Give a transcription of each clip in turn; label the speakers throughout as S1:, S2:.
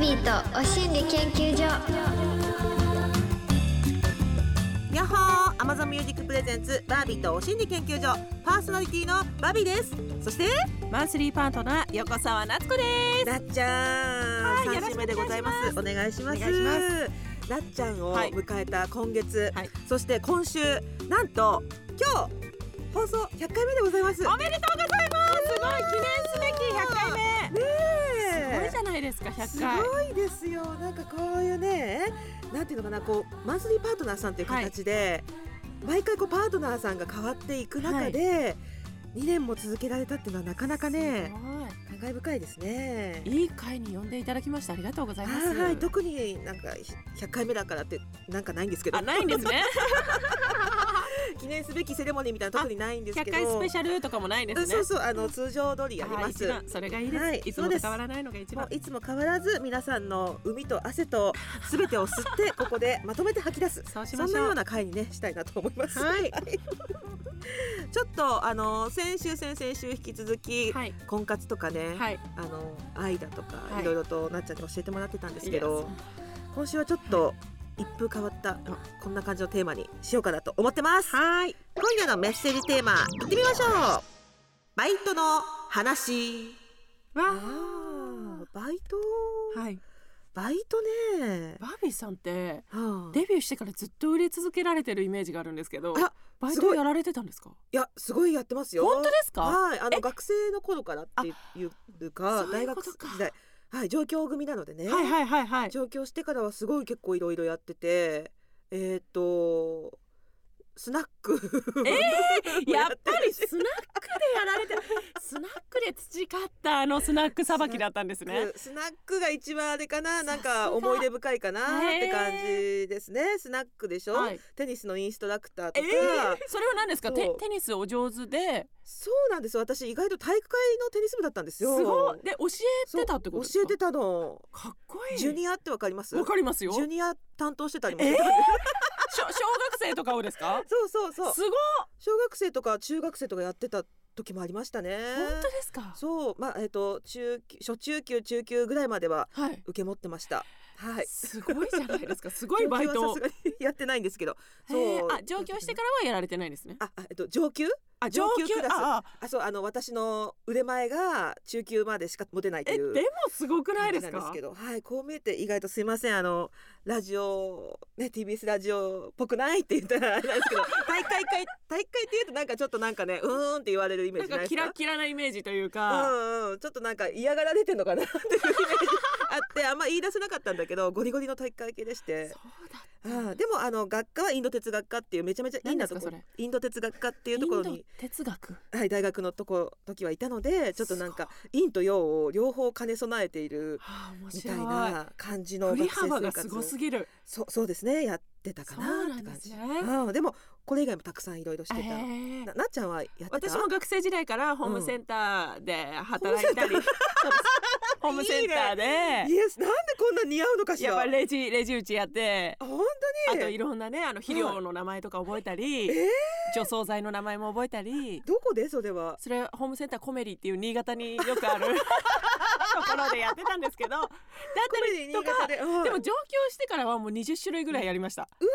S1: ビーとお心理研究所
S2: やっほー Amazon Music Presents バービーとお心理研究所パーソナリティのバビーですそして
S3: マンスリーパートナー横澤夏子です
S2: なっちゃん
S3: はいよ
S2: 三
S3: ろし
S2: 週
S3: く
S2: 目
S3: お願いします
S2: でございますお願いします
S3: お願いしま
S2: なっちゃんを
S3: はい
S2: 迎えた今月、
S3: はい
S2: そして今週なんと今日放送100回目でございます
S3: おめでとうございますすごい記念すべき100回目
S2: ね
S3: すご
S2: え
S3: いじゃないですか100
S2: す
S3: 回
S2: ごいですよなんかこういうねなんていうのかなこうマンスリーパートナーさんという形で、毎回こうパートナーさんが変わっていく中で、二2年も続けられたっていうのはなかなかね感慨深いですね
S3: す。ごいいい回に呼んでいただきましてありがとうございます
S2: はい特になんかひ100回目だからってなんかないんですけど
S3: あないんですね
S2: 記念すべきセレモニーみたいなの特にないんですけ
S3: 100
S2: ど
S3: 回スペシャルとかもないですね
S2: そうそうあの通常通りやります。
S3: あ一番それがいいです、
S2: はい
S3: い、つも
S2: そうで
S3: と
S2: す
S3: 変わらないのが一
S2: も
S3: 番
S2: ういつも変わらず皆さんの海と汗とすべてを吸ってここでまとめて吐き出す
S3: そうし
S2: そ
S3: ま
S2: ん
S3: し
S2: なよ
S3: ょ
S2: う
S3: う
S2: な回にねしたいなと思います。
S3: はい
S2: ちょっとあの先週先々週引き続き、
S3: はい
S2: 婚活とかね、
S3: はい
S2: あの愛だとか、
S3: はい
S2: い、ろいろとなっちゃんに教えてもらってたんですけ
S3: いや
S2: ど、今週はちょっと一風変わった、こんな感じのテーマにしようかなと思ってます。
S3: はい
S2: 今夜のメッセージテーマ行ってみましょう。バイトの話。
S3: わ
S2: あーバイト、
S3: あはい
S2: バイトね。
S3: バービーさんって
S2: はあ
S3: デビューしてからずっと売れ続けられてるイメージがあるんですけど
S2: あ
S3: バイ
S2: すご
S3: ト
S2: い
S3: やられてたんですか
S2: いやすごいやってますよ。
S3: 本当ですか
S2: はい、あの
S3: え
S2: 学生の頃からっていうか、
S3: そう
S2: 大
S3: いうこ
S2: 学
S3: と
S2: 時
S3: か
S2: 代、はい上京組なのでね、
S3: はいはいはいはい
S2: 上京してからはすごい結構いろいろやってて、えっ、とスナック
S3: えー、やっぱり
S2: スナ
S3: スナックでやられてスナックで培ったあのスナックさばきだったんです
S2: ッ
S3: ね
S2: ク、スナックが一番あれかな、なん
S3: さす
S2: か
S3: が
S2: 思い出深いかなっ
S3: へ
S2: て
S3: ー
S2: 感じですね。スナックでしょ、
S3: はい
S2: テニスのインストラクターと
S3: えー
S2: か、、
S3: それは何ですかテ
S2: そう
S3: テニスお上手で
S2: そうなんですよ。私意外と体育会のテニス部だったんです
S3: す
S2: よ。
S3: ごいで教えてたって
S2: そ
S3: こ
S2: う
S3: とです
S2: 教え
S3: か
S2: てたの。
S3: かっこいい
S2: ジュニアってわかります？
S3: わかりますよ
S2: ジュ
S3: し
S2: ニア担当してたりも
S3: え
S2: し
S3: ー
S2: てたんで
S3: ょ小学生とかをですか
S2: そうそう
S3: す
S2: そ
S3: ご
S2: う
S3: い
S2: 小学生とか中学生とかやってた時もありましたね
S3: 本当ですか
S2: そうまあえっ、と中級初中級中級ぐらいまでは
S3: はい
S2: 受け持ってましたはい
S3: すごいじゃないで すかすごいバイ
S2: 上級はさ
S3: ト
S2: すがに やってないんですけど
S3: へ
S2: そう
S3: ーあ上京してからはやられてないですね
S2: ああえっ、と上級
S3: あ
S2: 上級クラス
S3: ああ
S2: あそうあの私の腕前が中級までしか持てないと
S3: え
S2: い
S3: で
S2: う
S3: もすごくないです
S2: 感じなんで
S3: か
S2: すけどはいこう見えて意外とすいませんあのラジオね TBS ラジオっぽくないって言ったらあれなん ですけど大会会大会って言うとなんかちょっとなんかねうーんって言われるイメー
S3: な
S2: ジ
S3: ん
S2: ない
S3: か
S2: です
S3: キ
S2: か
S3: ラキラなイメージという
S2: う
S3: か、
S2: んうん、ちょっとなんか嫌がられてんのかなっていうイメージあってあんま言い出せなかったんだけどゴリゴリの体育会系でして
S3: そうだった
S2: ああでもあの学科はインド哲学科っていうめちゃめちゃいいなとこ
S3: 何ですか
S2: インド哲学科っていうところ
S3: イン
S2: に
S3: ド、哲学
S2: はい、大学のとこ時はいたのでちょっとなんか陰と陽を両方兼ね備えている
S3: ああ面
S2: み
S3: 白
S2: た
S3: い
S2: いな感じの
S3: 振
S2: 学
S3: り
S2: 生生
S3: 幅
S2: 活
S3: がすごすぎる
S2: そうそうですねやってたか
S3: そう
S2: な
S3: な
S2: っ
S3: ん
S2: て
S3: で
S2: 感
S3: す
S2: じ
S3: ね
S2: うんでもこれ以外もたくさんいろいろしてた、
S3: ええ
S2: ななっちゃんはやってた
S3: 私も学生時代からホームセンターで働いた り、そうですホームセンターで
S2: イエスなんでこんな似合うのかしら
S3: やっぱりレジレジ打ちやって
S2: あ本当
S3: あ
S2: に
S3: といろんなねあの肥料の名前とか覚えたり、
S2: ええ
S3: 除草剤の名前も覚えたり
S2: どこでそれは
S3: それホームセンターコメリっていう新潟によくある ところでやってたんですけどだったりとか
S2: ででも
S3: でも上京してからはもう20種類ぐらいやりました。
S2: ー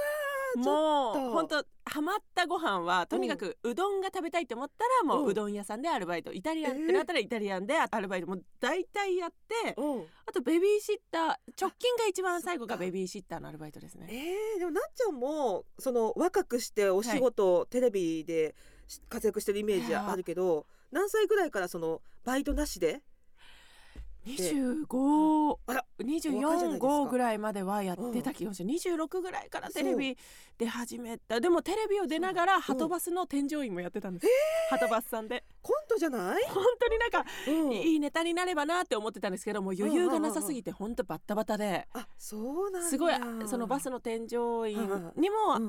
S3: も
S2: ちょっと
S3: う本当ハマったご飯はとにかくうどんが食べたいって思ったらも
S2: うん
S3: ううどん屋さんでアルバイトイタリアンっ
S2: えー
S3: てなったらイタリアンでアルバイトもう大体やって
S2: うん
S3: あとベビーシッター直近が一番最後
S2: そっ
S3: が
S2: か
S3: ベビーシッターのアルバイトですね。
S2: えー、でもなっちゃんもその若くしてお仕事、テレビでし活躍してるイメージあるけど何歳ぐらいからそのバイトなしで
S3: 25
S2: あらお若いじゃないですか
S3: 245ぐらいまではやってた気がして26ぐらいからテレビ出始めたでもテレビを出ながら
S2: そう
S3: ハ
S2: うん
S3: トバスの添乗員もやってたんですハトバスさんで
S2: コントじゃない、
S3: 本当になんか
S2: うん
S3: いいネタになればなって思ってたんですけどもう余裕がなさすぎてほんとバッタバタで。
S2: あそうなんだ
S3: すごいそのバスの添乗員に
S2: うんうん
S3: も、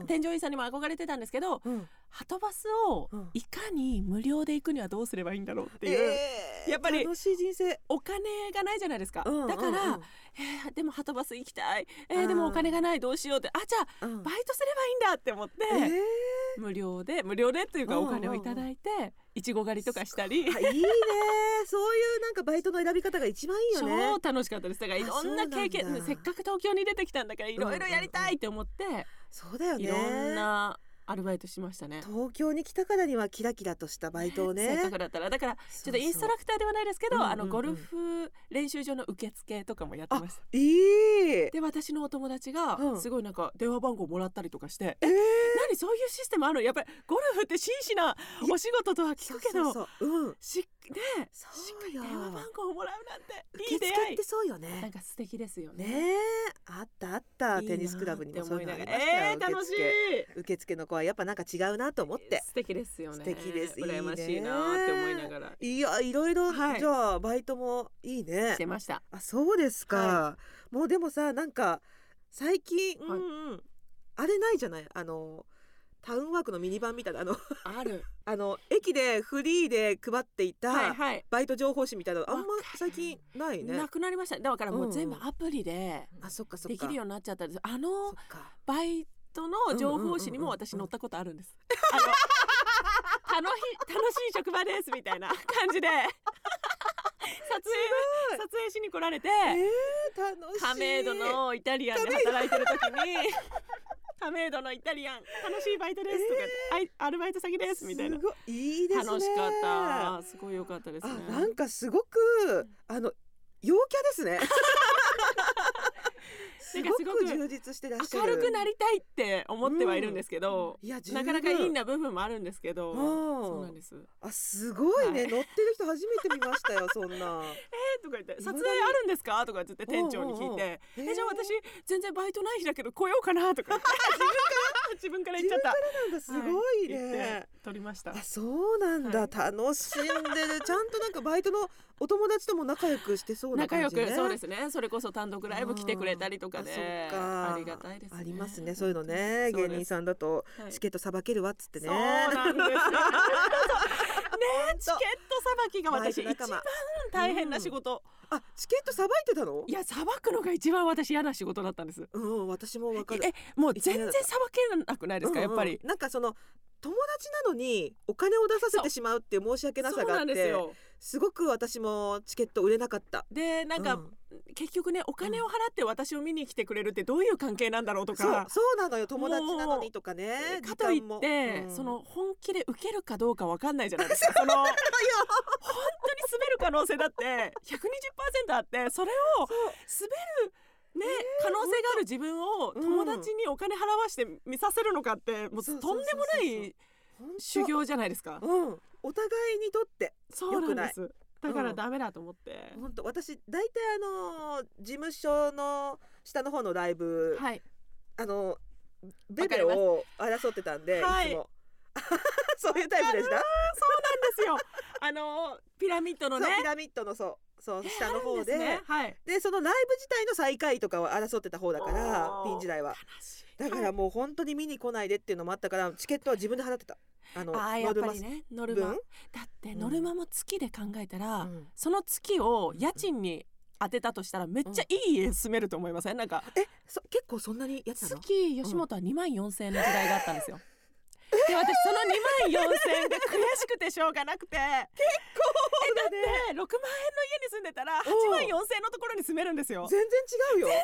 S2: うん
S3: 添乗員さんにも憧れてたんですけど
S2: うん
S3: はとバスを
S2: うん
S3: いかに無料で行くにはどうすればいいんだろうっていう、
S2: えー
S3: やっぱり
S2: 楽しい人生、
S3: お金がないじゃないですか、
S2: うんうん
S3: だから、
S2: うん
S3: えーでもはとバス行きたい、え
S2: あ
S3: ー、
S2: ー
S3: でもお金がないどうしようってあじゃあ
S2: うん
S3: バイトすればいいんだって思って、
S2: えー
S3: 無料で無料でっていうか
S2: うん
S3: お金をいただいていちご狩りとかしたり、
S2: あいいねそういうなんかバイトの選び方が一番いいよね
S3: 超楽しかったですだからいろん
S2: あ
S3: な
S2: そうなんだ
S3: 経験せっかく東京に出てきたんだからいろいろやりたいって思って、
S2: そうだよね
S3: いろんなアルバイトしましたね。
S2: 東京に来たからにはキラキラとしたバイトを
S3: せっか
S2: ね
S3: くだったらだからちょ
S2: そ
S3: っ
S2: う
S3: とインストラクターではないですけど、
S2: うんうんうん
S3: あのゴルフ練習場の受付とかもやってました
S2: いい
S3: で私のお友達が
S2: うん
S3: すごいなんか電話番号もらったりとかして、
S2: えー
S3: え何そういうシステムあるのやっぱりゴルフって真摯なお仕事とは聞くけど
S2: そうそうそううん
S3: しね
S2: そうよ
S3: 電話番号をもらうなんて
S2: 受
S3: いい出
S2: 付
S3: 会
S2: っ
S3: い
S2: てそうよ
S3: なん
S2: ね
S3: か素敵ですよね
S2: ねえあったあったテニスクラブにもそういうのありましたよ
S3: えー、楽しい
S2: 受付受付の子はやっぱなんか違うなと思って
S3: 素敵ですよ
S2: 素
S3: ね
S2: 敵ですいいね
S3: 羨ましいなって思いながら
S2: いやいろいろ、
S3: はい
S2: じゃあバイトもいいね
S3: してました
S2: あそうですか、
S3: は
S2: もうでもさなんか最近、
S3: はい
S2: うんうんあれないじゃないあのタウンワークのミニ版みたいなあの
S3: ある
S2: あの駅でフリーで配っていた、
S3: はいはい
S2: バイト情報誌みたいなのあんま
S3: わかる
S2: 最近ないね
S3: なくなりましただからもう全部
S2: うん
S3: アプリで
S2: あそっかそっか
S3: できるようになっちゃったんですあ
S2: そっ
S3: の
S2: か
S3: バイトの情報誌にも私乗ったことあるんですあの楽し楽しい職場ですみたいな感 じで撮影撮影しに来られて
S2: えー、楽しい
S3: 亀戸のイタリアンで働いてる時に亀戸のイタリアン楽しいバイトですとか、あいアルバイト先ですみたいな
S2: すごいいいですね
S3: 楽しかったすごい良かったですね
S2: あなんかすごくあの陽キャ ですねすご
S3: すご
S2: く
S3: く
S2: 充実してらっしゃ
S3: 明
S2: る
S3: るくなりたいって思ってはいるんですけど、
S2: いや十分
S3: なかなかいいな部分もあるんですけど、
S2: うん
S3: そうなんです。え
S2: あすごいね、
S3: はい
S2: 乗ってる人初めて見ました よそんな
S3: ーとか言って
S2: 未
S3: 撮
S2: だに
S3: 影あるんですかとか言って店長に聞い
S2: うんうんうん
S3: て、
S2: え
S3: えじゃあ私全然バイトない日だけど来ようかなとか言って自分から自分から言っちゃった。
S2: なんかすごいね、
S3: は言って撮りました。
S2: あそうなんだ、
S3: はい
S2: 楽しんで るちゃんとなんかバイトのお友達とも仲良くしてそうな
S3: 仲
S2: 感
S3: 良
S2: じね
S3: くそうですねそれこそ単独ライブ来てくれたりとかで
S2: あそっか
S3: ありがたいですね
S2: ありますねそういうのね
S3: そうで
S2: 芸
S3: す
S2: 人さんだと
S3: はい
S2: チケットさばけるわっつってね、
S3: そうなんですよねチケットさばきが私
S2: バイ
S3: 一
S2: ト仲間
S3: 番大変な仕事、
S2: あチケットさばいてたの
S3: いやさばくのが一番私嫌な仕事だったんです
S2: うん私もわかる
S3: えもう全然さばけなくないですか、
S2: うんうん
S3: やっぱり
S2: なんかその友達なのにお金を出させ
S3: そう
S2: てしまうっていう申し訳な
S3: そ
S2: さ
S3: う
S2: があ
S3: な
S2: っ
S3: んです
S2: て
S3: よ
S2: すごく私もチケット売れなかった
S3: でなんか、
S2: うん
S3: 結局ねお金を払って私を見に来てくれるってどういう関係なんだろうと
S2: そう
S3: か、
S2: そうなのよ友達なのにとかね
S3: かとい
S2: 時
S3: っ
S2: 間も
S3: て、
S2: うん
S3: その本気で受けるかどうかわかんないじゃないですか その本当に滑る可能性だって120%あってそれを滑るね、可能性がある自分を友達にお金払わして見させるのかってもうと
S2: そ
S3: ん
S2: う
S3: で
S2: そう
S3: も
S2: そうそう
S3: ない
S2: 本当
S3: 修行じゃないですか
S2: うんお互いにとって
S3: そうなんですだ
S2: くない
S3: から
S2: うん
S3: ダメだと思って、
S2: 本当私大体あのー事務所の下の方のライブ、
S3: はい
S2: あのベベを争ってたんで、
S3: はい
S2: い、つも そういうタイプでした
S3: そうなんですよあのピラミッドのね
S2: そうピラミッドのそうそう下の方で,、
S3: あるんすねはい
S2: でそのライブ自体の最下位とかを争ってた方だから
S3: おー
S2: ピン時代は
S3: 悲しい
S2: だからもう本当に見に来ないでっていうのもあったからチケットは自分で払ってたあの
S3: あーやっぱりねノルマ
S2: 分
S3: だって
S2: うん
S3: ノルマも月で考えたら、
S2: うん
S3: その月を家賃に当てたとしたらめっちゃいい家住めると思いません、なんか
S2: えそ結構そんなにやってたの
S3: 月吉本は2万4千円の時代があったんですよ。で私その2万4千円が悔しくてしょうがなくて結構だ,、って6万円の家に住んでたら8万4千円のところに住めるんですよ。
S2: 全然違うよ
S3: 全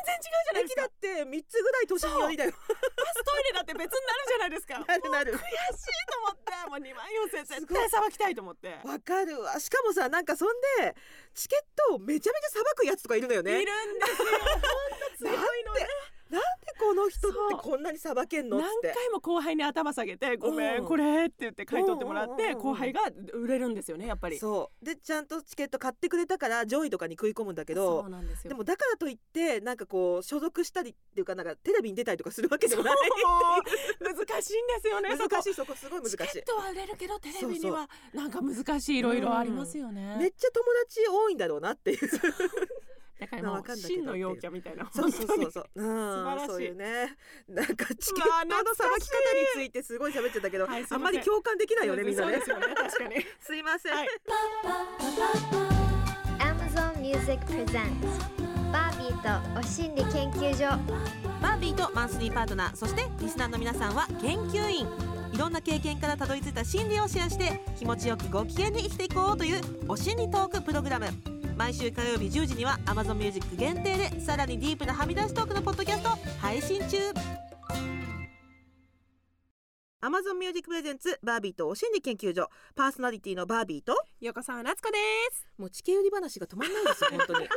S3: 然違う
S2: 駅
S3: じゃないです
S2: だ
S3: か
S2: って三つぐらい都心寄りだよ
S3: バストイレだって別になるじゃないですか
S2: なるなる
S3: 悔しいと思ってもう2万4千円絶対さばきたいと思って。
S2: わかるわしかもさなんかそんでチケットをめちゃめちゃさばくやつとかいるのよ
S3: いるん
S2: ね
S3: ですよ本当強いのね
S2: なんでこの人って
S3: そう
S2: こんなにさばけんのっつ
S3: 何
S2: って
S3: 回も後輩に頭下げて「ごめ
S2: うんん
S3: これ」って言って買い取ってもらっ
S2: うんうんうん
S3: て
S2: うん
S3: 後輩が売れるんですよねやっぱり。
S2: そうでちゃんとチケット買ってくれたから上位とかに食い込むんだけ
S3: そ
S2: ど
S3: うなんですよ
S2: でもだからといってなんかこう所属したりっていうかなんかテレビに出たりとかするわけでもない
S3: もう 難しいんですよねそこ
S2: 難しいそこすごい難しい
S3: チケットは売れるけどテレ
S2: そう
S3: ビ
S2: そ
S3: に
S2: う
S3: はなんか難しいいろいろありますよ
S2: めっ
S3: ね。
S2: ちゃ友達多いんだろうなっていう
S3: だからも
S2: まあわか
S3: うん
S2: だけど
S3: 真の陽キャみたいな
S2: そうそうそううそう。うん
S3: 素晴らしい
S2: そういうね。なんかチケッ
S3: うわ
S2: トのさばき方についてすごい喋っちゃったけど、
S3: はいすい
S2: あ
S3: ません
S2: んまり共感できないよねみんな
S3: そう
S2: ね
S3: で。すよね確かに
S2: すいません。
S3: はい
S1: Amazon Music Presents バービーとお心理研究所
S4: バービーとマンスリーパートナーそしてリスナーの皆さんは研究員いろんな経験からたどり着いた心理をシェアして気持ちよくご機嫌に生きていこうというお心理トークプログラム毎週火曜日10時には Amazon Music 限定でさらにディープなはみ出しトークのポッドキャストを配信中
S2: Amazon Music Presents バービーとお心理研究所パーソナリティのバービーと
S3: 横澤夏子です
S2: もう地形売り話が止まんないですよ本当に。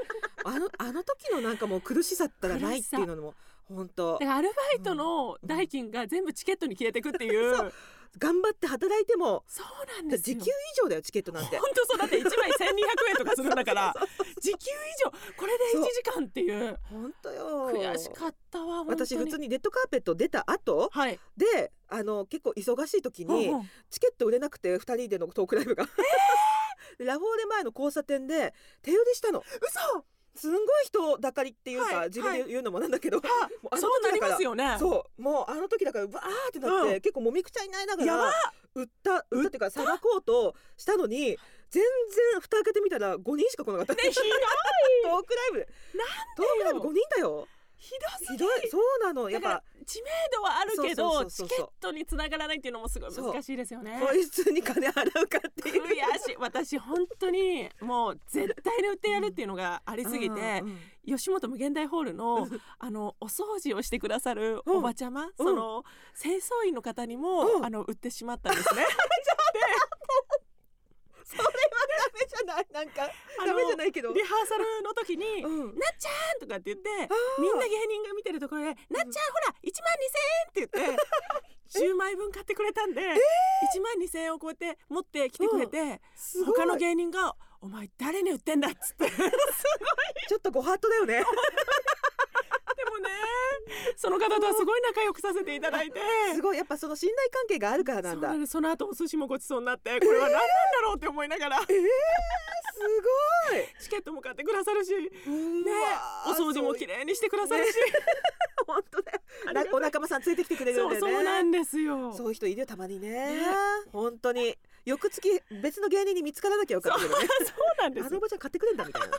S2: あのあの時のなんかもう苦しさったらないっていうのも本当
S3: だからアルバイトの代金が全部チケットに消えてくっていう、
S2: そう頑張って働いても
S3: そうなんです
S2: 時
S3: よ
S2: 給以上だよチケットなんて
S3: 本。当そうだって1枚1200円とかするんだから 時給以上これで1時間っていう
S2: 本当よ。
S3: 悔しかったわ本当に
S2: 私普通にレッドカーペット出た後
S3: はい
S2: であの結構忙しい時に
S3: うんうん
S2: チケット売れなくて2人でのトークライ ブが、ラフォーレ前の交差点で手売りしたの
S3: 嘘
S2: すんごい人だかりっていうか、
S3: はい
S2: 自分で言うのもなんだけど、
S3: は
S2: もうあの
S3: そうな
S2: 時だ
S3: り
S2: か
S3: ま
S2: ら
S3: すよね
S2: そうもうあの時だからバーってなって、
S3: うん
S2: 結構もみくちゃになりなが
S3: やば
S2: ら売った売ったっていうかさばこうとしたのに全然蓋開けてみたら5人しか来なかった、
S3: ねひどい
S2: トークライブトークライブ5人だよ
S3: ひどす
S2: ひ
S3: ぎ
S2: どいそうなのやっ
S3: だ
S2: ぱ
S3: から知名度はある
S2: そうそ
S3: けど
S2: うそうそう
S3: チケットにつながらないっていうのもすごい難しいですよね
S2: こいつに金払うかっていう
S3: 悔しい私本当にもう絶対に売ってやるっていうのがありすぎて
S2: うんうん
S3: 吉本無限大ホールのあのお掃除をしてくださるおばちゃま、その清掃員の方にも、
S2: うん
S3: あの売ってしまったん ですね。
S2: それはダメじゃないなんか
S3: あの
S2: ダメじゃないけど、
S3: リハーサルの時に、
S2: うん、
S3: なんちゃんとかって言ってみんな芸人が見てるところで「なっちゃんほら1万2,000円」って言って10枚分買ってくれたんで、1万2,000円をこうやって持ってきてくれて、
S2: すごい
S3: 他の芸人が「お前誰に売ってんだ」っつって。
S2: ちょっとご法度だ よね
S3: でもね その方とはすごい仲良くさせていただいて
S2: すごいやっぱその信頼関係があるからな
S3: そうん
S2: だ
S3: な
S2: す
S3: のその後お寿司もごちそうになってこれは何なんだろうって思いながら
S2: ごい
S3: チケットも買ってくださるし、ね、
S2: ね
S3: お掃除も綺麗にしてくださるし
S2: 本当だ
S3: あり
S2: な
S3: がたい
S2: お仲間さんついてきてくれるんだ
S3: そう
S2: よね
S3: そうなんですよ
S2: そういう人いるよたまにね
S3: ね
S2: 本当に翌月別の芸人に見つからなきゃよかったけどね
S3: そうなんで
S2: あ
S3: す
S2: のおばちゃん買ってくれんだみたい な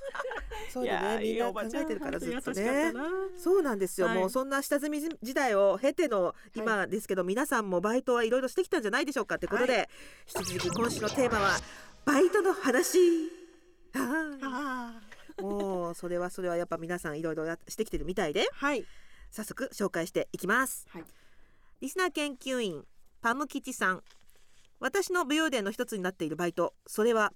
S2: そう
S3: い
S2: だ
S3: や
S2: ね
S3: ー
S2: みん
S3: いい
S2: な
S3: お
S2: 考
S3: ばちゃん
S2: えてるからずっと
S3: 本当に優
S2: ね
S3: しかったな
S2: そうなんですよ、
S3: はい
S2: もうそんな下積み時代を経ての今ですけど、皆さんもバイトはいろいろしてきたんじゃないでしょうかってことで、引き続き今週のテーマはバイトの話あ
S3: あ
S2: ー もうそれはそれはやっぱ皆さんいろいろやしてきてるみたいで
S3: ーはい
S2: 早速紹介していきます、
S3: はい
S2: リスナー研究員パム吉さん私の美容伝の一つになっているバイトそれは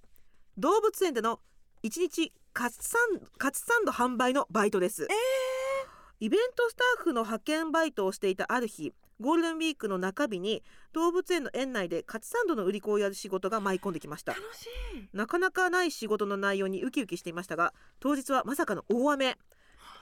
S2: 動物園での一日カツサンカツサンド販売のバイトです、イベントスタッフの派遣バイトをしていたある日ゴールデンウィークの中日に動物園の園内でカツサンドの売り子をやる仕事が舞い込んできました
S3: 楽しい
S2: なかなかない仕事の内容にウキウキしていましたが当日はまさかの大雨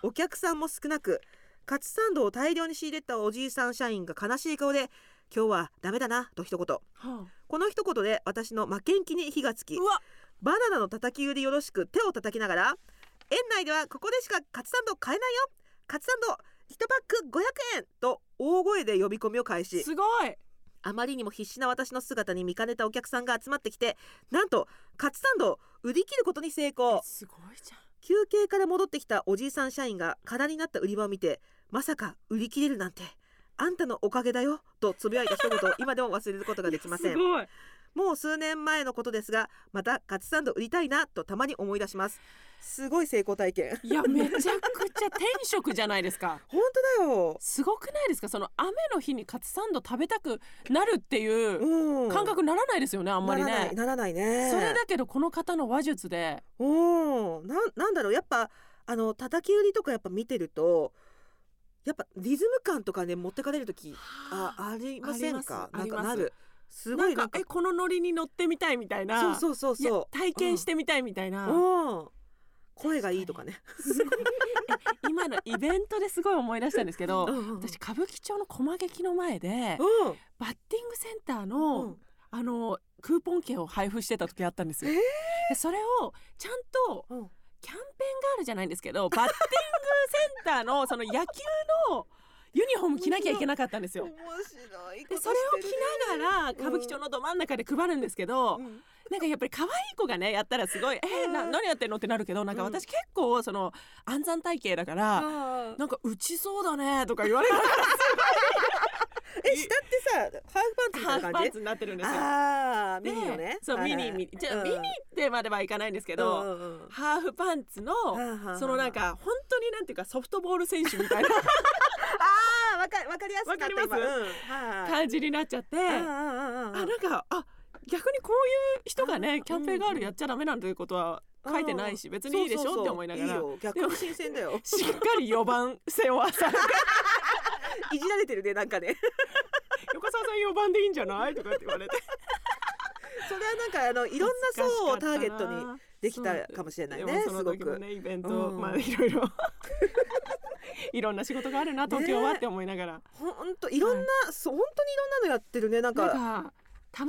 S2: お客さんも少なくカツサンドを大量に仕入れたおじいさん社員が悲しい顔で「今日はダメだな」と一言
S3: は
S2: この一言で私の負けん気に火がつき
S3: うわ
S2: バナナの叩き売りよろしく手を叩きながら「園内ではここでしかカツサンド買えないよカツサンド1パック500円!」と大声で呼び込みを開始
S3: すごい
S2: あまりにも必死な私の姿に見かねたお客さんが集まってきてなんとカツサンドを売り切ることに成功
S3: すごいじゃ
S2: 休憩から戻ってきたおじいさん社員が空になった売り場を見てまさか売り切れるなんてあんたのおかげだよとつぶやいた一 言を今でも忘れることができま
S3: ん
S2: せん
S3: ごい
S2: もう数年前のことですがまたカツサンド売りたいなとたまに思い出しますすごい成功体験
S3: いやめちゃくちゃ天職じゃないですか
S2: 本当だよ
S3: すごくないですかその雨の日にカツサンド食べたくなるっていう
S2: うん
S3: 感覚ならないですよねあんまりね
S2: ならないならないね
S3: それだけどこの方の話術で
S2: おーなんなんだろうやっぱあの叩き売りとかやっぱ見てるとやっぱリズム感とかね持ってかれる時あありませんか
S3: あ
S2: なん
S3: りま
S2: か
S3: すあります
S2: なるすご
S3: ないん
S2: なんか
S3: かえこのノリに乗ってみたいみたいな
S2: そうそうそう
S3: いや
S2: そう
S3: 体験してみたいみたい
S2: うん
S3: な、
S2: うん声がいいとかね
S3: すごいえ今のイベントですごい思い出したんですけど
S2: うんうんうん
S3: 私歌舞伎町の駒劇の前でバッティングセンター
S2: うん
S3: の、
S2: うん
S3: あのクーポン券を配布してた時あったんですよ。
S2: えー
S3: でそれをちゃんと
S2: うん
S3: キャンペーンガールじゃないんですけどバッティングセンターの その野球のユニフォーム着なきゃいけなかったんですよ
S2: 面。白いこ
S3: で
S2: と
S3: それを着ながら歌舞伎町のど真ん中で配るんですけど、
S2: をうん
S3: なんかやっぱり可愛い子がねやったらすごい「えー、な何やってんの?」ってなるけどなんか
S2: うん
S3: 私結構その暗算体型だから
S2: あ
S3: 「なんか打ちそうだね」とか言われながら
S2: ーえ下ってさハーフパ
S3: ハ
S2: ン
S3: ー
S2: ツみたいな
S3: フ
S2: 感
S3: パ
S2: じ
S3: ンツになってるんですよ。
S2: ああ
S3: で
S2: ミニのね
S3: そう
S2: はい
S3: ミ
S2: はい
S3: ニミニじゃあ
S2: うん
S3: ミニってまではいかないんですけ
S2: う
S3: ど
S2: んうんうん
S3: ハーフパンツの
S2: はあはあ
S3: そのなんか本当になんていうかソフトボール選手みたいな
S2: あーわかわかりやすかった
S3: わかります
S2: 今うんはい
S3: 感じになっちゃって
S2: あ
S3: あ
S2: ーあーあーあー
S3: なんかあ逆にこういう人が
S2: うんうん
S3: ねキャンペーンガールやっちゃダメなんていうことは書いてないし別にいいでしょって思いながら
S2: そうそうそういいよ逆に新鮮だ よ
S3: しっかり4番背負わされ て
S2: いじられてるねなんか ね
S3: 横澤さん4番でいいんじゃないとかって言われて
S2: それはなんかあのいろんな層をターゲットにできたかもしれないね
S3: そう
S2: す
S3: でもそ
S2: ご
S3: の時も
S2: く。
S3: ねイベント、
S2: うん
S3: まあいろいろ いろんな仕事があるな東京はって思いながら、
S2: ほんといろんな、そう本当にいろんなのやってるねなんか
S3: なんか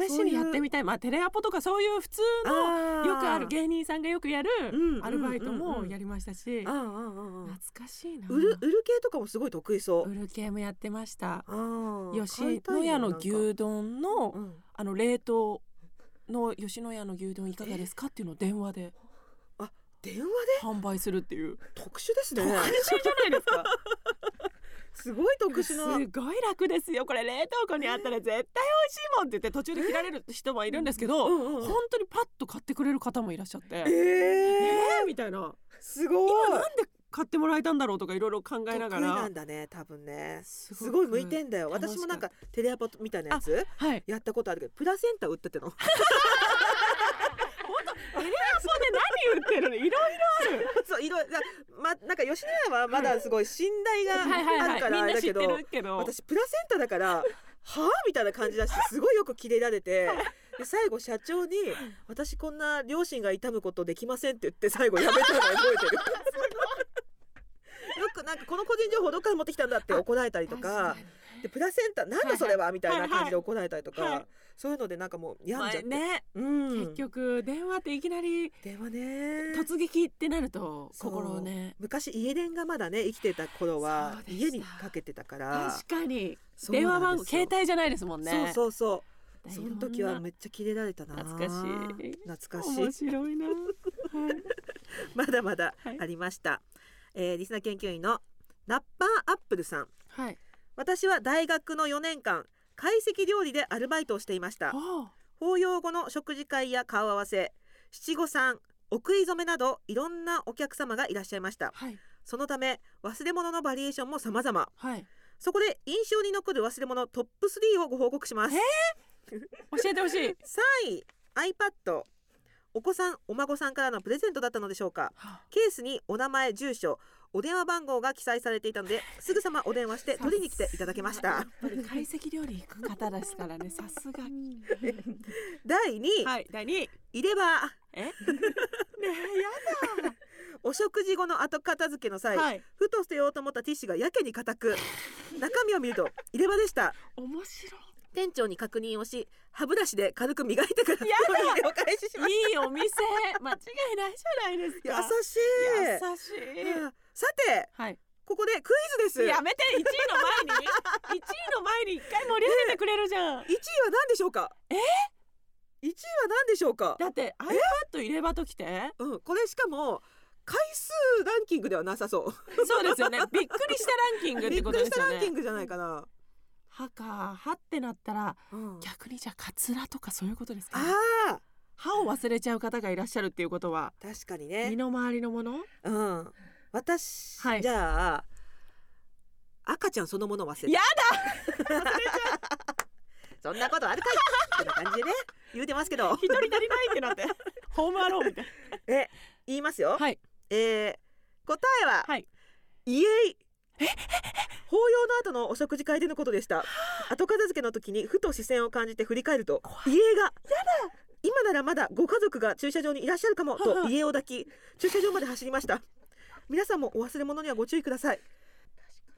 S3: 試しにやってみたいまあテレアポとかそういう普通の
S2: あー
S3: よくある芸人さんがよくやる
S2: うん
S3: アルバイト
S2: うんうんう
S3: も
S2: ん
S3: やりましたし、
S2: あーあーあーあ
S3: 懐かしいな
S2: ー売る売る系とかもすごい得意そ
S3: ウ
S2: う。
S3: ル系もやってました
S2: あー
S3: 吉野家の牛丼の、
S2: うん
S3: あの冷凍の吉野家の牛丼いかがですかっていうのを電話で
S2: 電話で
S3: 販売するっていう
S2: 特殊ですね。
S3: 特殊じゃないですか
S2: すごい特殊な。
S3: すごい楽ですよこれ冷凍庫にあったら絶対美味しいもんって言って途中で切られる人もいるんですけど、
S2: うんうんうん
S3: 本当にパッと買ってくれる方もいらっしゃってえ
S2: ええ
S3: ーみたいな
S2: すごい。
S3: 今なんで買ってもらえたんだろうとかいろいろ考えな
S2: 得
S3: が
S2: 意な
S3: ら
S2: んだね多分ね。
S3: す
S2: すごい向いて
S3: ん
S2: んだよ。
S3: 楽
S2: 私
S3: しかった
S2: もなんかテレアポみたいなやつ
S3: はい
S2: やったことあるけどプラセンタ売ったって の。
S3: テレアポで何売ってるのいろいろ
S2: そういろいろまなんか吉野家はまだすごい信頼があるからあ
S3: みん
S2: れ
S3: な
S2: だ
S3: 知
S2: け
S3: って
S2: ど。
S3: るけど
S2: 私プラセンタだからはあみたいな感じだしすごいよくキレられてで最後社長に「私こんな両親が痛むことできません」って言って最後やめたのを 覚えてる。よくなんかこの個人情報どっから持ってきたんだって怒られたりとかでプラセンタなんだそれはみたいな感じで怒られたりと
S3: はいは
S2: か
S3: い
S2: そういうのでなんかもう病んじゃ
S3: 前
S2: って、
S3: ね、
S2: うん
S3: 結局電話っていきなり
S2: でもね
S3: 突撃ってなると
S2: そう
S3: 心をね
S2: 昔家電がまだね生きてた頃は
S3: そうでした
S2: 家にかけてたから
S3: 確かに
S2: そう
S3: 電話
S2: な
S3: 番
S2: ん
S3: 号
S2: ですよ
S3: 携帯じゃないですもんね
S2: そうそうそう
S3: だ
S2: その時はい
S3: ろん
S2: めっちゃキレられたな
S3: 懐かしい
S2: 懐
S3: な
S2: かしい
S3: 面白いな、はい
S2: まだまだ
S3: はい
S2: ありました、えーリスナー研究員のラッパーアップルさん
S3: はい、
S2: 私は大学の4年間懐石料理でアルバイトをしていました
S3: おう
S2: 法要後の食事会や顔合わせ七五三お食い初めなどいろんなお客様がいらっしゃいました
S3: はい
S2: そのため忘れ物のバリエーションも様々
S3: はい
S2: そこで印象に残る忘れ物トップ3をご報告します
S3: 教えてほしい
S2: 3位 iPad お子さんお孫さんからのプレゼントだったのでしょうか
S3: は
S2: ケースにお名前住所お電話番号が記載されていた のですぐさまお電話して取りに来ていただけまし
S3: やったぱり懐石料理行く方ですからねさすが
S2: 第2位、
S3: はい第二位
S2: い、れば
S3: えね
S2: お食事後の後片付けの
S3: え
S2: 際、
S3: やだはい
S2: ふと捨てようと思ったティッシュがやけに固く中身を見ると入れ歯でした
S3: 面白い
S2: 店長に確認をし歯ブラシで軽く磨いてから
S3: やだ
S2: 料理をお返ししまし
S3: いいお店間違いないじゃないです
S2: た優
S3: か
S2: し
S3: 優し
S2: い
S3: い
S2: うんさて
S3: はい
S2: ここでクイズです
S3: やめて1位の前に1位の前に一回盛り上げてくれるじゃん
S2: 1位は何でしょうか
S3: え
S2: 1位は何でしょうか
S3: だって iPad 入れ歯ときて
S2: うん、これしかも回数ランキングではなさそう
S3: そうですよねびっくりしたランキングっ
S2: び
S3: て
S2: っく
S3: こと
S2: り
S3: で
S2: し
S3: す
S2: た
S3: よ
S2: ランキ
S3: ね
S2: ングじゃないかな、
S3: 歯か歯ってなったら
S2: うん
S3: 逆にじゃあカツラとかそういうことですかね
S2: あ
S3: 歯を忘れちゃう方がいらっしゃるっていうことは
S2: ー確かに
S3: 身
S2: ね、
S3: の回りのもの
S2: うん、私、
S3: はい
S2: じゃあ赤ちゃんそのものを忘れ
S3: や
S2: たそんなことあるかいってな感じで ね言うてますけど
S3: 一人足りないってなって ホームアローンみたい
S2: え言いますよ、
S3: なはい
S2: えー答えは、
S3: はい
S2: 家え法要の後のお食事会でのことでした後片付けの時にふと視線を感じて振り返ると遺影が今ならまだご家族が駐車場にいらっしゃるかも
S3: は
S2: と
S3: は
S2: 遺影を抱き駐車場まで走りました皆さんもお忘れ物にはご注意ください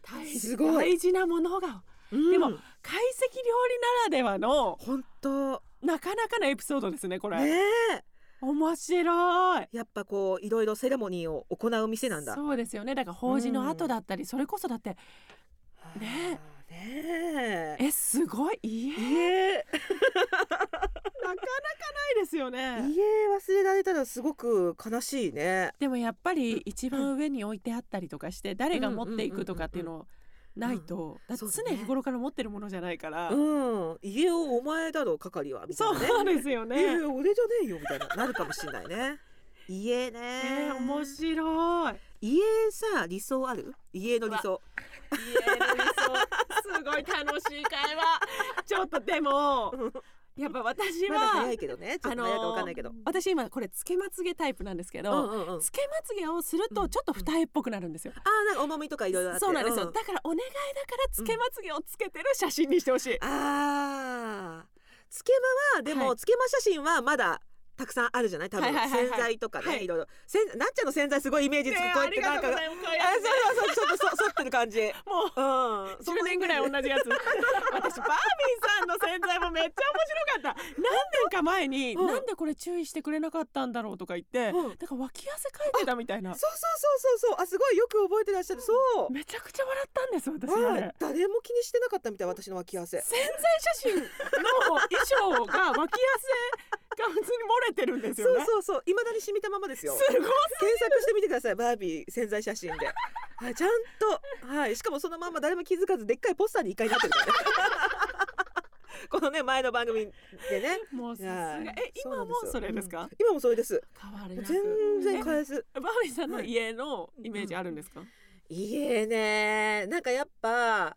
S3: 大
S2: すごい
S3: 大事なものが
S2: で
S3: でも懐石料理ならではの
S2: 本当
S3: なかなかなエピソードですねこれ
S2: ねえ
S3: 面白い
S2: やっぱこういろいろセレモニーを行う店なんだ
S3: そうですよねだから法事の後だったり、それこそだってね
S2: えねえ
S3: えすごい家な
S2: 家
S3: いですよね
S2: 家忘れられたらすごく悲しいね
S3: でもやっぱり一番上に置いてあったりとかして誰が持っていくとかっていうのないとだって
S2: そう
S3: 常
S2: だね
S3: 日頃から持ってるものじゃないから
S2: うん家をお前だろ係はみたい
S3: そう
S2: なね
S3: ですよね
S2: いやいや俺じゃねえよみたいななるかもしれないね家ね、
S3: えー、面白い
S2: 家さ理想ある家の理想
S3: 家の理想すごい楽しい会話ちょっとでもやっぱ私
S2: まだ
S3: は、
S2: 早いけどねちょっと早いかわかんないけど、
S3: 私今これつけまつげタイプなんですけど、
S2: うんうんうん
S3: つけまつげをするとちょっと二重っぽくなるんですよ、
S2: あーなんかおまみとかいろいろあって
S3: そうなんですよ、だからお願いだからつけまつげをつけてる写真にしてほしい、
S2: あーつけまはでも、
S3: はい
S2: つけま写真はまだたくさんあるじゃない多分、
S3: はいはいはいはい
S2: 洗剤とかね、
S3: はい
S2: い、ろいろせんなんちゃんの洗剤すごいイメージつく、
S3: ねえ
S2: こうやってなんか
S3: ありがとうございますこうや
S2: あ
S3: って
S2: そうそうそうちょっとそ反ってる 感じうん
S3: もう
S2: そんな
S3: 10
S2: イ
S3: 年
S2: メージ
S3: ぐらい同じやつ私バービーさんの洗剤もめっちゃ面白かった何年か前に、
S2: うん
S3: なんでこれ注意してくれなかったんだろうとか言って、
S2: うん
S3: なんか脇汗かいてたみたいな
S2: そうそうそうそうそうあすごいよく覚えてらっしゃるそう
S3: めちゃくちゃ笑ったんです私あ
S2: は
S3: れ
S2: い、誰も気にしてなかったみたい私の脇汗
S3: 潜在写真の衣装が脇汗が普通に漏れてるんですよ
S2: そう
S3: ね
S2: そうそういまだに染みたままですよ
S3: すごい
S2: 検索してみてくださいバービー潜在写真ではいちゃんとはいしかもそのまんま誰も気づかずでっかいポスターに一回なってる からねこのね前の番組でね
S3: もうさす
S2: は
S3: が
S2: い
S3: え
S2: そうな
S3: 今
S2: ん
S3: も
S2: ですよ
S3: それですか
S2: うん今もそれです
S3: 変わりなく
S2: 全然返す
S3: バービーさんの家のイメージあるんですか、
S2: いいえねなんかやっぱ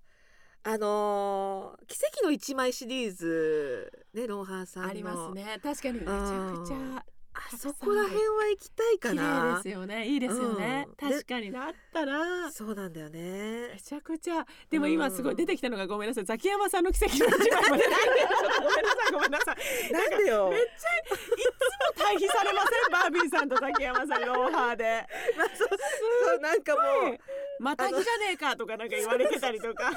S2: あのー奇跡の一枚シリーズねロンハーさんの
S3: ありますね確かにめちゃくちゃ
S2: あそこら辺は行きたいか
S3: 綺麗
S2: な
S3: ですよねいいですよね、
S2: うん
S3: 確かになったら
S2: そうなんだよね
S3: めちゃくちゃでも今すご
S2: う
S3: い
S2: ん
S3: 出てきたのがごめんなさいザキヤマさんの奇跡の一枚までごめんなさいごめん なさい
S2: なんでよ
S3: めっちゃいつも対比されませんバービーさんと竹山さんローハーで
S2: まあ、そうそうなんかもう、
S3: またぎじゃねえかとかなんか言われてたりとか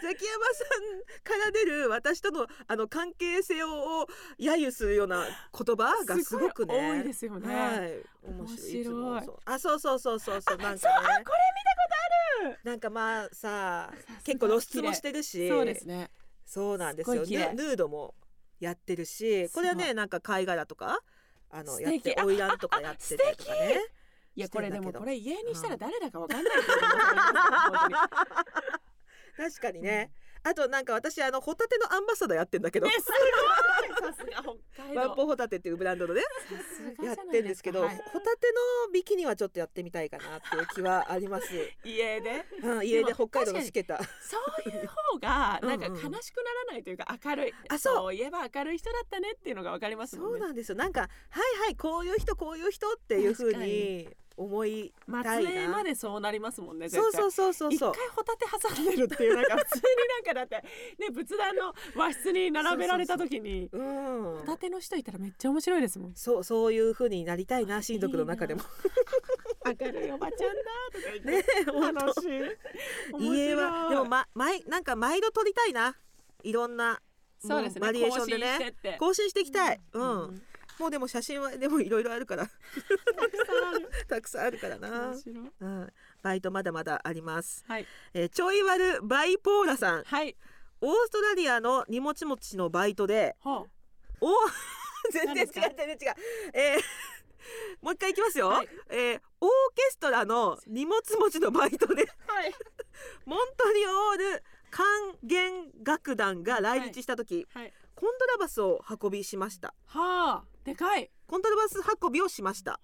S2: ザキヤマさんから出る私とのあの関係性を揶揄するような言葉がすごくね
S3: すごい多いですよね
S2: はい、面白い
S3: 面白い
S2: いつもそうあそうそうそうそうそうなんか、ね、
S3: あこれ見たことある
S2: なんかまあさ
S3: さすが
S2: 結構露出もしてるし
S3: そうですね
S2: そうなんですよ
S3: すごい綺麗
S2: ヌヌードもやってるしこれは
S3: す
S2: ねなんか貝殻とかあの
S3: 素
S2: やっ
S3: 敵
S2: て花魁とかやってたりとかね
S3: いやこれで
S2: して
S3: も
S2: んだけど
S3: これ家にしたら誰だかわかんないってことになりますね本
S2: 確かにね、あとなんか私あのホタテのアンバサダーやってんだけ
S3: 当
S2: ど
S3: にえすごいさすが 北海
S2: ワンポ
S3: 道
S2: ホタテっていうブランドのねやってんですけど、
S3: さすがじゃない
S2: ホタテのビキニはちょっとやってみたいかなっていう気はあり ます。
S3: かはい家で
S2: うん、家で
S3: でも
S2: 北海道のしけた。
S3: そういう方がなんか
S2: う
S3: 悲
S2: んうん
S3: しくならないというか明るい
S2: あそう
S3: いえば明るい人だったねっていうのがわかります
S2: そ
S3: も
S2: う
S3: んね
S2: なんですよ。なんかはいはいこういう人こういう人っていう風
S3: 確か
S2: に思いたい
S3: 末裔ま
S2: な。
S3: でそうなりますもんね絶
S2: そ
S3: 対
S2: うそうそうそう
S3: 一
S2: そ
S3: 回
S2: う。
S3: ホタテ挟んでるっていうなんか普通になんかだってね仏壇の和室に並べられた時 に
S2: うん
S3: ホ。タテの人いたらめっちゃ面白いですもん
S2: そうそういう風になりたいな親族の中でも。
S3: 明るいおばちゃんだとか言って、
S2: ね 本
S3: 楽しい面白い
S2: 家はでもま 毎なんか毎度撮りたいな。いろんな
S3: そうですね
S2: もバリエーションで
S3: 更新し
S2: ね
S3: てって
S2: 更新していきたい。うん。 もうでも写真はでもいろいろあるから たくさんあるからな
S3: 面。白い
S2: うん、バイトまだまだあります。
S3: はい
S2: えーちょいわるバイポーラさん、
S3: はい
S2: オーストラリアの荷物持ちのバイトで、
S3: ほう
S2: お 全然違う
S3: 何ですか
S2: 全然違う。えー もう一回いきますよ、
S3: はい
S2: えーオーケストラの荷物持ちのバイトで
S3: はい
S2: モントリオール管弦楽団が来日した時、
S3: はい
S2: コントラバスを運びしました
S3: はあでかい
S2: コントラバス運びをしました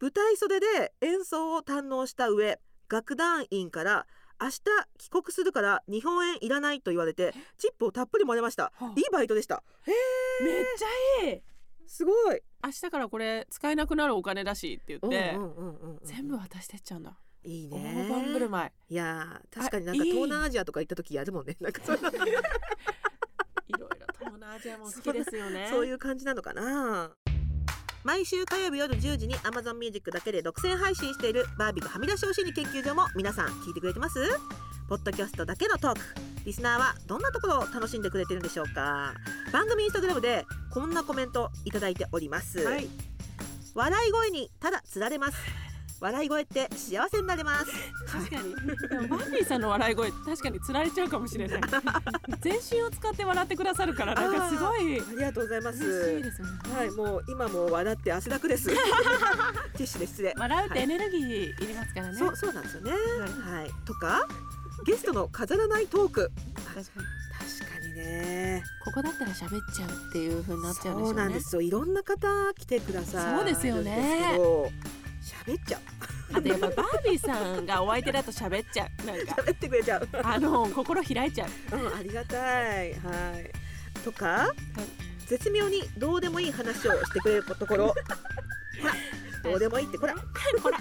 S2: 舞台袖で演奏を堪能した上楽団員から明日帰国するから日本円いらないと言われてチップをたっぷりもらいました
S3: はあ
S2: いいバイトでしたえ
S3: めっちゃいい
S2: すごい
S3: 明日からこれ使えなくなるお金だしって言って、
S2: うんうんうんうん
S3: 全部渡してっちゃうんだ、
S2: いいね
S3: 大盤振る舞
S2: いやー確かになんか
S3: あいい
S2: 東南アジアとか行った時やるもんねなんかそういうの
S3: いいろいろ東南アジアも好きですよね
S2: そういう感じなのかな毎週火曜日夜10時に Amazon ミュージックだけで独占配信しているバービーがはみ出しお心理研究所も皆さん聞いてくれてますポッドキャストだけのトーク
S4: リスナーはどんなところを楽しんでくれてるんでしょうか番組インスタグラムでこんなコメントいただいております、
S2: はい、
S4: 笑い声にただつられます笑い声って幸せになれます
S3: 確かに、でもバッビーさんの笑い声確かにつられちゃうかも しれない全身を使って笑ってくださるからなんかすごい
S2: ありがとうございます。
S3: 嬉しいですね
S2: はい、もう今も笑って汗だく です。ティッシュで失礼。
S3: 笑うってエネルギーいりますからね、
S2: そう、そうなんですよね。はい、とか、ゲストの飾らないトーク。
S3: 確かに
S2: 確かにね。
S3: ここだったら喋っちゃうっていう風になっちゃうんで
S2: そう
S3: しょうね
S2: なんですよ。いろんな方来てください。
S3: そうですよね
S2: ですけど喋っちゃう。
S3: あとやっぱバービーさんがお相手だと喋っちゃうなんか
S2: 喋ってくれちゃう。
S3: あの心開いちゃう
S2: うん、ありがたい。はい。とか、絶妙にどうでもいい話をしてくれるとこ ろ。ほらどうでもいいってこら
S3: ほら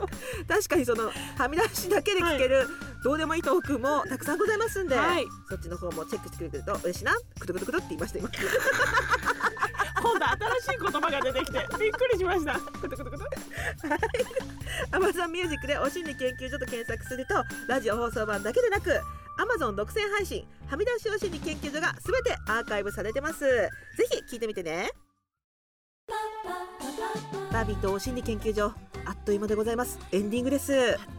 S2: 確かにそのはみ出しだけで聞ける、どうでもいいトークもたくさんございますんで、
S3: はい
S2: そっちの方もチェックしてくれると嬉しいなくどくどくどって言いました今く
S3: 今度新しい言葉が出 てきてびっくりしました
S2: どくどくどアマゾンミュージックでお心理研究所と検索するとラジオ放送版だけでなくアマゾン独占配信はみ出しお心理研究所がすべてアーカイブされてますぜひ聞いてみてねバービーとお心理研究所あっという間でございますエンディングです
S3: と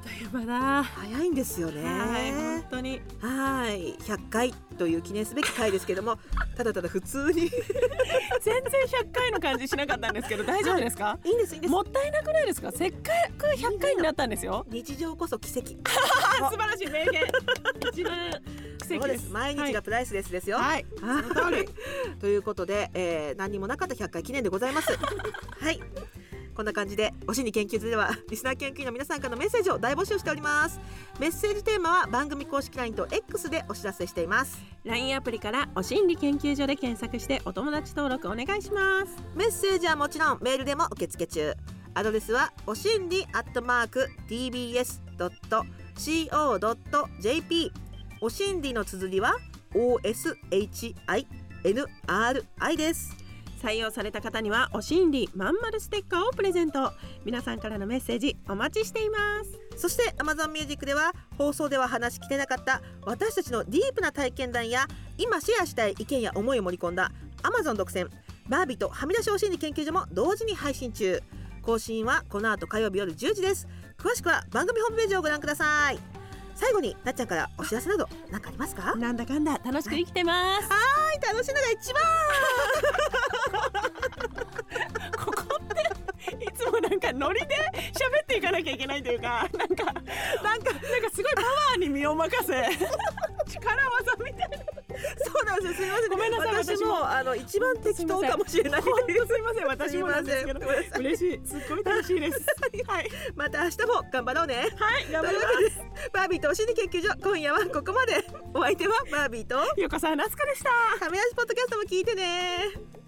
S3: いう間だ
S2: 早いんですよね
S3: はい本当に
S2: はい100回という記念すべき回ですけどもただただ普通にいいんで
S3: 全然100回の感じしなかったんですけど大丈夫ですか
S2: すいいんです
S3: もったいなくないですかせっかく100回になったんですよ
S2: 日常こそ奇跡
S3: あ素晴らしい名言一番奇
S2: そ
S3: 跡
S2: う
S3: で
S2: ですす毎日がプライスレスですよ、
S3: はいはい
S2: はい ということで、えー、何にもなかった100回記念でござい ますはいこんな感じでお心理研究所ではリスナー研究員の皆さんからのメッセージを大募集しておりますメッセージテーマは番組公式 LINE と X でお知らせしています
S4: LINE アプリからお心理研究所で検索してお友達登録お願いします
S2: メッセージはもちろんメールでも受付中アドレスはおしんりアットマーク tbs.co.jp おしんりの綴りは oshinri です
S4: 採用された方にはお心理まんまるステッカーをプレゼント皆さんからのメッセージお待ちしています
S2: そして Amazon Music では放送では話しきれなかった私たちのディープな体験談や今シェアしたい意見や思いを盛り込んだ Amazon 独占バービーとはみ出しお心理研究所も同時に配信中更新はこの後火曜日夜10時です詳しくは番組ホームページをご覧ください最後になっちゃんからお知らせなど何かありますか
S4: なんだかんだ
S3: 楽しく生きてます
S2: 楽しいのが一番
S3: ここっていつもなんかノリで喋っていかなきゃいけないというかなんかなんかなんかすごいパワーに身を 任せ力技みたいな
S2: そうなんですよすみません
S3: ごめんなさい
S2: 私
S3: 私
S2: も
S3: も
S2: あの一番適当かもしれない
S3: 本当すいません私もなんですけど
S2: すいません
S3: 嬉しいすっごい楽しい ですはい
S2: また明日も頑張ろうね
S3: はい頑張りま
S2: というこ とでバービーとお心理研究所今夜はここまでお相手はバービーと
S3: すよこさんなつこでした
S2: 亀梨ポッドキャストも聞いてね